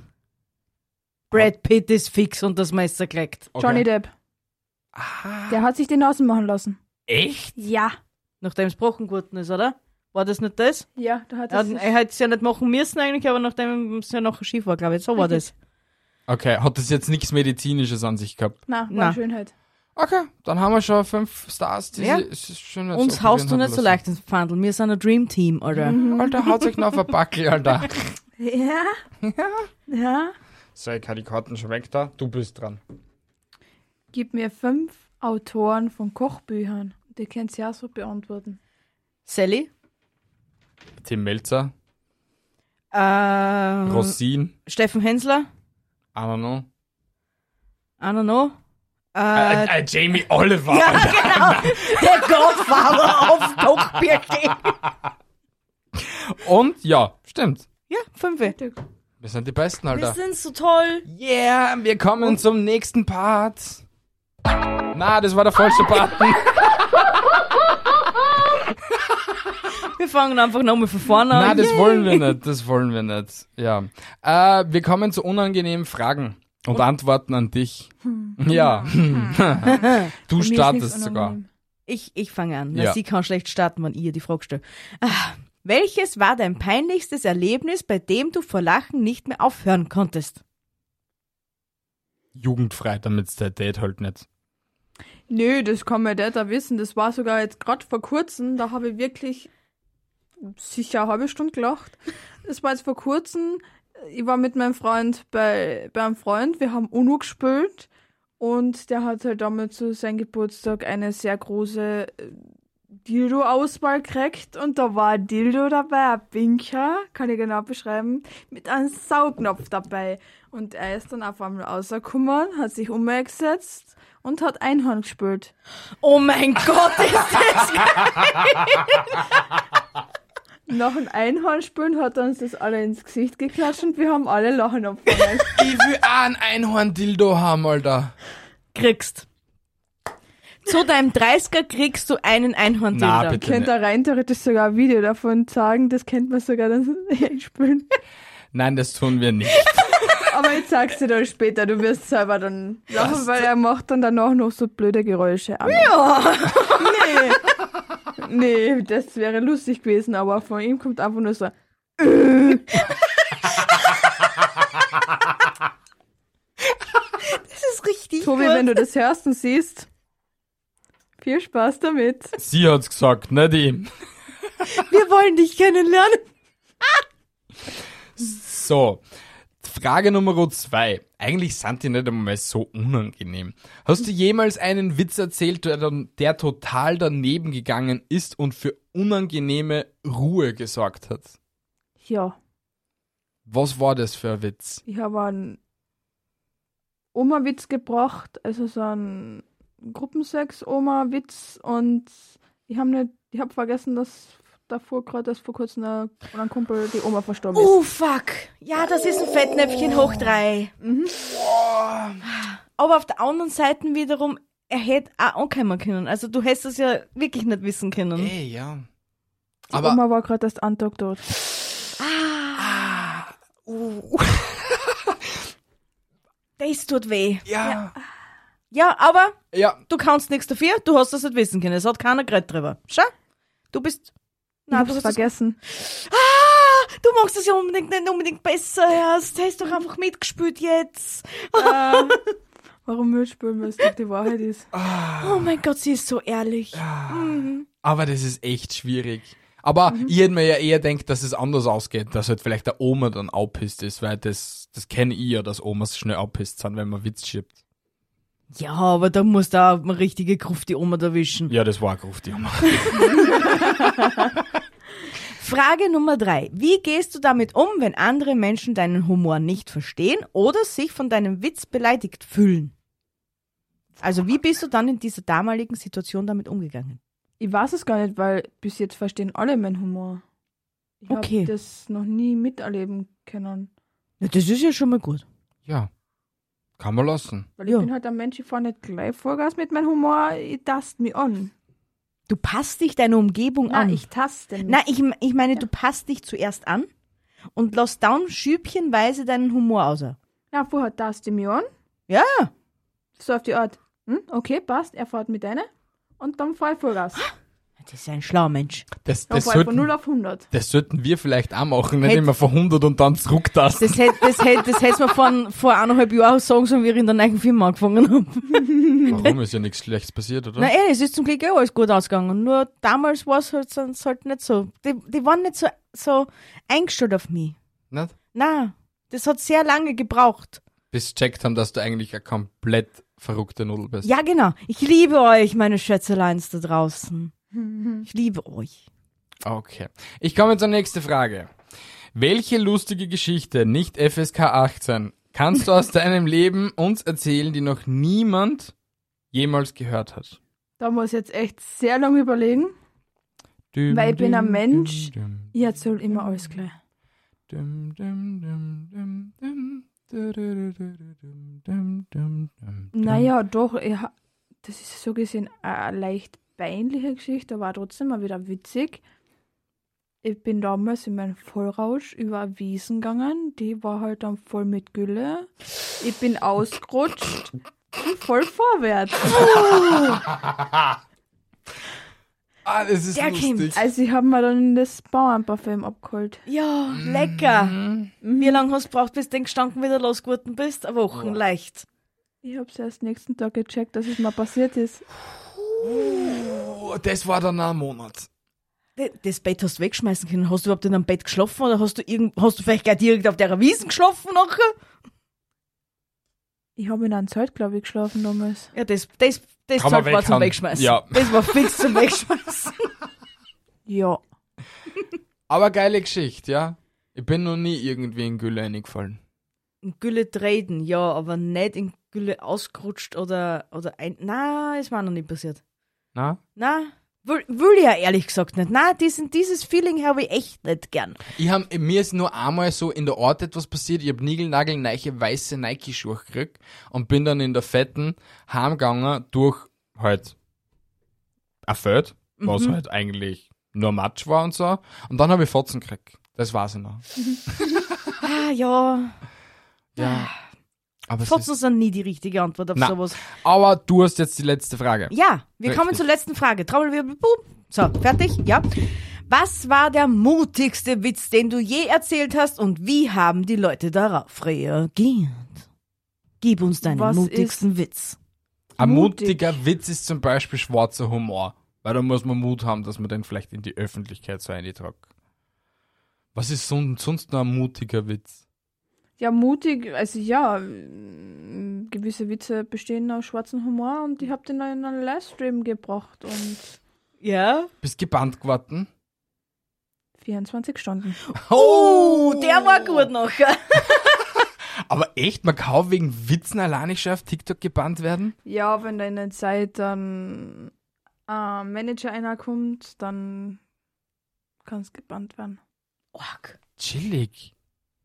Brad Pitt ist fix und das Meister kriegt.
Okay.
Johnny Depp. Der hat sich den Nasen machen lassen.
Echt?
Ja.
Nachdem es gebrochen geworden ist, oder? War das nicht das?
Ja, äh, da hat
Er
er
hat-
sich.
er hätte es ja nicht machen müssen eigentlich, aber nachdem es ja noch schief war, glaube ich. So war das.
Okay, hat das jetzt nichts Medizinisches an sich gehabt?
Na, war
Na.
Schönheit.
Okay, dann haben wir schon fünf Stars. Die
Ja.
sie- es ist schön, dass
Uns
sie
haust du
operieren
nicht so
haben
leicht ins Pfandl. Wir sind ein Dream Team, Alter.
lassen. Alter, haut sich noch auf ein Backel, Alter.
Ja. Ja. Ja.
So, ich habe die Karten schon weg da. Du bist dran.
Gib mir fünf Autoren von Kochbüchern. Die könnt ihr auch so beantworten.
Sally?
Tim Melzer,
Ähm,
Rosin,
Steffen Hensler?
I don't know.
I don't know.
Äh,
Äh,
äh, Jamie Oliver,
ja,
Alter.
genau. Der Godfather auf Kochbirke.
Und ja, stimmt.
Ja, fünfe.
Wir sind die Besten, Alter.
Wir sind so toll.
Yeah, wir
Oh.
kommen zum nächsten Part. Na, das war der falsche
Ah.
Part.
Wir fangen einfach nochmal von vorne an.
Ah,
Na, das wollen wir nicht. Das wollen wir nicht. Ja. Äh, wir kommen zu unangenehmen Fragen und, Antworten an dich. Ja. du
Hm. Mir ist
startest
nichts
sogar.
unangenehm.
Ich, ich fange an. Na,
Ja.
Sie kann schlecht starten, wenn ihr die Frage stellt. Ah, welches war dein peinlichstes Erlebnis, bei dem du vor Lachen nicht mehr aufhören konntest?
Jugendfrei, damit der Date halt nicht.
Nö, das kann man nicht da wissen. Das war sogar jetzt gerade vor kurzem. Da habe ich wirklich sicher eine halbe Stunde gelacht. Das war jetzt vor kurzem. Ich war mit meinem Freund bei, bei einem Freund. Wir haben UNO gespielt. Und der hat halt damals zu seinem Geburtstag eine sehr große äh, Dildo-Auswahl gekriegt. Und da war ein Dildo dabei, ein Pinker, kann ich genau beschreiben, mit einem Saugnapf dabei. Und er ist dann auf einmal rausgekommen, hat sich umgesetzt und hat Einhorn gespielt.
Oh mein Gott, ist das
Nach dem Einhorn spielen hat er uns das alle ins Gesicht geklatscht und wir haben alle Lachen abgefangen.
Ich will auch ein Einhorn-Dildo haben, Alter.
kriegst. Zu deinem 30er kriegst du einen einhorn
Na, bitte.
Könnt ihr rein theoretisch sogar ein Video davon zeigen, das kennt man sogar dann spielen.
Nein, das tun wir nicht.
Aber ich sag's dir dann später, du wirst selber dann lachen, weil er macht dann danach noch so blöde Geräusche an.
Ja.
Nee, nee, das wäre lustig gewesen, aber von ihm kommt einfach nur so.
Das ist richtig.
Tobi,
gut.
wenn du das hörst und siehst, viel Spaß damit.
Sie hat's gesagt, nicht ihm.
Wir wollen dich kennenlernen.
So. Frage Nummer zwei. Eigentlich sind die nicht einmal so unangenehm. Hast du jemals einen Witz erzählt, der, dann, der total daneben gegangen ist und für unangenehme Ruhe gesorgt hat?
Ja.
Was war das für ein Witz?
Ich habe einen Oma-Witz gebracht, also so einen Gruppensex-Oma-Witz und ich habe nicht, ich habe vergessen, dass davor gerade erst vor kurzem ein, ein Kumpel die Oma verstorben ist.
Oh, fuck. Ja, das ist ein Fettnäpfchen hoch drei. Mhm. Aber auf der anderen Seite wiederum, er hätte auch ankommen können. Also du hättest es ja wirklich nicht wissen können.
Äh.
Ey, ja.
Die
Hm? Aber,
Oma war gerade erst einen Tag dort.
Das tut weh.
ja,
Ja, aber
ja,
du kannst nichts dafür. Du hast das nicht wissen können. Es hat keiner geredet drüber. Schau, du bist...
Ich
Nein,
habe
du hast
es
das
vergessen.
Du machst es ja unbedingt nicht unbedingt besser, Herrst. Hast doch einfach mitgespürt jetzt.
äh, warum mitspielen, weil es doch die Wahrheit ist. Ah.
Oh mein Gott, sie ist so ehrlich. Mhm.
aber das ist echt schwierig. Aber ich hätte mir ja eher denkt, dass es anders ausgeht, dass halt vielleicht der Oma dann abpisst ist, weil das, das kenne ich ja, dass Omas schnell abpisst sind, wenn man Witz schiebt.
Ja, aber da muss da eine richtige Gruft die Oma erwischen.
Ja, das war ein Gruft, die Oma.
Frage Nummer drei. Wie gehst du damit um, wenn andere Menschen deinen Humor nicht verstehen oder sich von deinem Witz beleidigt fühlen? Also wie bist du dann in dieser damaligen Situation damit umgegangen?
Ich weiß es gar nicht, weil bis jetzt verstehen alle meinen Humor. Ich habe
Okay.
das noch nie miterleben können.
Na, das ist ja schon mal gut.
Ja. Kann man lassen.
Weil ich
Ja.
bin halt ein Mensch, ich fahre nicht gleich Vollgas mit meinem Humor, ich tast mich an.
Du passt dich deiner Umgebung
Nein,
an.
ich taste mich.
Na, ich, ich meine,
Ja.
du passt dich zuerst an und lass dann schübchenweise deinen Humor aus.
Na, vorher taste ich mich an,
Ja,
so auf die Art. Hm? Okay, passt, er fährt mit einer und dann fahr ich Vollgas.
Das ist ein schlauer Mensch.
Das,
Dann
das,
fahr ich von 0
sollten,
auf 100.
das sollten wir vielleicht auch machen, nicht
Hätt-
immer von 100 und dann zurücktasten.
Das hätte das hätt, das hätt's mir vor, vor eineinhalb Jahren sagen sollen, wie ich in der neuen Firma angefangen habe.
Warum ist ja nichts Schlechtes passiert, oder?
Na eh, es ist zum Glück eh alles gut ausgegangen. Nur damals war es halt, sonst halt nicht so. Die, die waren nicht so, so eingestellt auf mich.
Nicht?
Na, das hat sehr lange gebraucht.
Bis sie checkt haben, dass du eigentlich eine komplett verrückte Nudel bist.
Ja, genau. Ich liebe euch, meine Schätzeleins da draußen. Ich liebe euch.
Okay. Ich komme zur nächsten Frage. Welche lustige Geschichte, nicht FSK 18, kannst du aus deinem Leben uns erzählen, die noch niemand jemals gehört hat?
Da muss ich jetzt echt sehr lange überlegen.
Düm,
Weil ich bin ein
düm,
Mensch.
düm,
Ich erzähl immer alles gleich.
düm, düm, düm, düm, düm, düm, düm, düm, düm.
Naja, doch, ich ha- das ist so gesehen eine leicht peinliche Geschichte, aber trotzdem mal wieder witzig. Ich bin damals in meinem Vollrausch über eine Wiesen gegangen, die war halt dann voll mit Gülle. Ich bin ausgerutscht und voll vorwärts.
Ah, das ist
Der
lustig.
Also ich habe mir dann das Bauernparfüm abgeholt.
Ja,
Mhm.
lecker. Mm. Wie lange hast du gebraucht, bis du den Gestanken wieder losgeworden bist? Eine Woche, leicht.
Ich habe es erst nächsten Tag gecheckt, dass es mal passiert ist.
Oh, das war dann ein Monat.
D- Das Bett hast du wegschmeißen können. Hast du überhaupt in einem Bett geschlafen oder hast du, irgend, hast du vielleicht gleich direkt auf der Wiesen geschlafen nachher?
Ich habe in einem Zelt, glaube ich, geschlafen damals.
Ja, das, das, das
Kann man
Zeug war zum
weghauen.
Wegschmeißen.
Ja.
Das war fix zum Wegschmeißen.
Ja.
Aber geile Geschichte, ja? Ich bin noch nie irgendwie in Gülle eingefallen.
In Gülle treten, ja, aber nicht in Gülle ausgerutscht oder, oder ein. Na, ist mir auch noch nicht passiert.
Na?
Na, will, will ich ja ehrlich gesagt nicht. Na, diesen, dieses Feeling habe ich echt nicht gern.
Ich hab, mir ist nur einmal so in der Ort etwas passiert. Ich hab niegelnagelneiche weiße Nike-Schuhe gekriegt und bin dann in der fetten heimgegangen durch halt ein Feld, was halt eigentlich nur Matsch war und so. Und dann habe ich Fotzen gekriegt. Das weiß ich noch.
Ah, ja.
Ja. Aber, es
Fotzen
ist,
sind nie die richtige Antwort auf
Na.
sowas.
aber du hast jetzt die letzte Frage.
Ja, wir
Richtig.
kommen zur letzten Frage. Trommelwirbel, boom. So, fertig, ja. Was war der mutigste Witz, den du je erzählt hast und wie haben die Leute darauf reagiert? Gib uns deinen
Was
mutigsten Witz.
Ein
Mutig.
mutiger Witz ist zum Beispiel schwarzer Humor. Weil da muss man Mut haben, dass man den vielleicht in die Öffentlichkeit so eintragt. Was ist son- sonst noch ein mutiger Witz?
Ja, mutig, also ja, mm, gewisse Witze bestehen aus schwarzem Humor und ich habe den in einen Livestream gebracht und
Ja?
Bist gebannt geworden?
24 Stunden.
Oh, der war gut nachher.
Aber echt, man kann wegen Witzen allein nicht schon auf TikTok gebannt werden?
Ja, wenn da in der Zeit dann ein Manager einer kommt, dann kann es gebannt werden.
Org,
Chillig.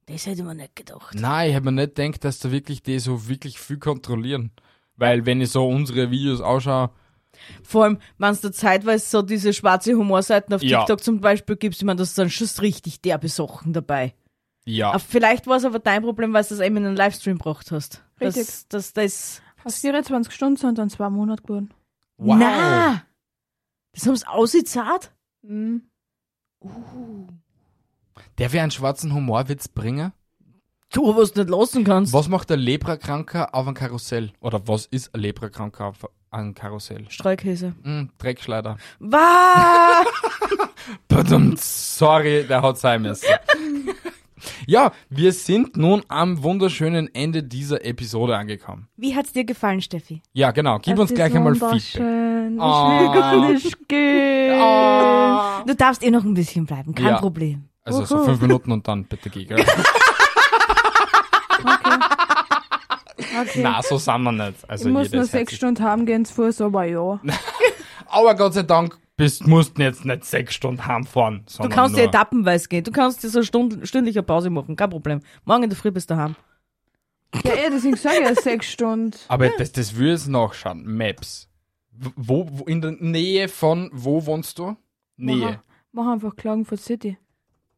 das hätte man nicht gedacht.
Nein, ich hätte mir nicht gedacht, dass da wirklich die so wirklich viel kontrollieren. Weil wenn ich so unsere Videos ausschaue,
Vor allem, wenn es da zeitweise so diese schwarze Humorseiten auf
Ja.
TikTok zum Beispiel gibt, ich meine, das sind schon richtig derbe Sachen dabei.
ja.
Vielleicht war es aber dein Problem, weil du das eben in einen Livestream gebracht hast.
Richtig.
Das, das, das
Aus 24 Stunden sind dann zwei Monate geworden.
Wow.
Na, das haben sie ausgezahlt?
Mhm.
Der wir einen schwarzen Humorwitz bringen?
Du, was du nicht lassen kannst.
Was macht ein Leprakranker auf einem Karussell? Oder was ist ein Leprakranker auf einem Karussell?
Streukäse.
Hm, Dreckschleider.
Was?
Badum, sorry, der hat sein müssen. ja, wir sind nun am wunderschönen Ende dieser Episode angekommen.
Wie hat's dir gefallen, Steffi?
Ja, genau. Gib uns
Es ist
gleich einmal Feedback.
wunderschön. Ich
Ah.
will gar nicht gehen. Ah.
Du darfst eh noch ein bisschen bleiben, kein
Ja.
Problem.
Also so fünf Minuten und dann bitte geh, gell?
Okay.
Nein, so sind wir nicht.
ich
Also
muss
jedes
nur sechs
Herz-
Stunden haben gehen, zu Fuß, aber ja.
Aber Gott sei Dank bist, musst jetzt nicht sechs Stunden heimfahren.
Du
sondern
kannst dir
nur.
etappenweise gehen. Du kannst dir so stund stündliche Pause machen, kein Problem. Morgen in der Früh bist du daheim.
Ja, eh, deswegen sage ich ja sechs Stunden.
Aber das, das will jetzt nachschauen. Maps. W- Wo, wo, in der Nähe von, wo wohnst du? Nähe.
Mach, mach einfach Klagenfurt City.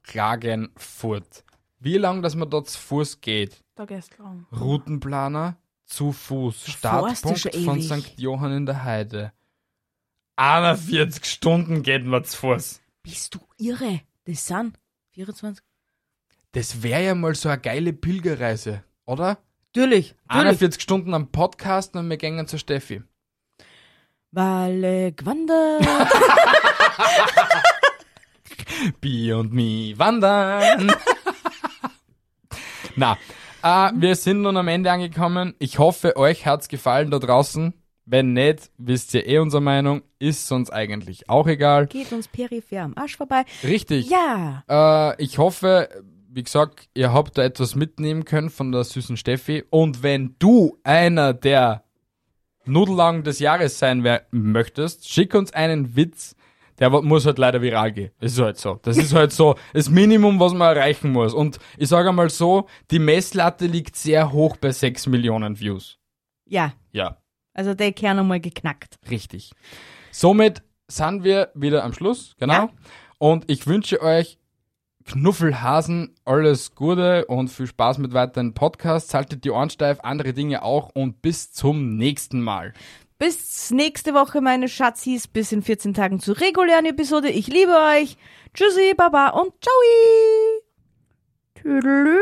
Klagenfurt. Wie lang, dass man dort zu Fuß geht?
Da gehst du lang.
Routenplaner, zu Fuß.
fährst du schon
Startpunkt von
ewig.
St. Johann in der Heide. 41 Stunden geht man zu Fuß.
Bist du irre? Das sind 24.
Das wäre ja mal so eine geile Pilgerreise, oder?
Natürlich, natürlich.
41 Stunden am Podcast und wir gehen zu Steffi.
Weil äh, gewandert.
Bi und Mi wandern. Na, äh, wir sind nun am Ende angekommen. Ich hoffe, euch hat's gefallen da draußen. Wenn nicht, wisst ihr eh unsere Meinung. Ist uns eigentlich auch egal.
Geht uns peripher am Arsch vorbei.
Richtig.
Ja,
Äh, ich hoffe, wie gesagt, ihr habt da etwas mitnehmen können von der süßen Steffi. Und wenn du einer der Nudellangen des Jahres sein wer- möchtest, schick uns einen Witz. Der wa- muss halt leider viral gehen. Das ist halt so. Das ist halt so das Minimum, was man erreichen muss. Und ich sage einmal so, die Messlatte liegt sehr hoch bei 6 Millionen Views.
ja.
Ja,
Also der Kern einmal geknackt.
richtig. Somit sind wir wieder am Schluss, genau.
Ja.
Und ich wünsche euch Knuffelhasen alles Gute und viel Spaß mit weiteren Podcasts. Haltet die Ohren steif, andere Dinge auch und bis zum nächsten Mal.
Bis nächste Woche, meine Schatzis. Bis in 14 Tagen zur regulären Episode. Ich liebe euch. Tschüssi, Baba und ciao.
Tüdelü.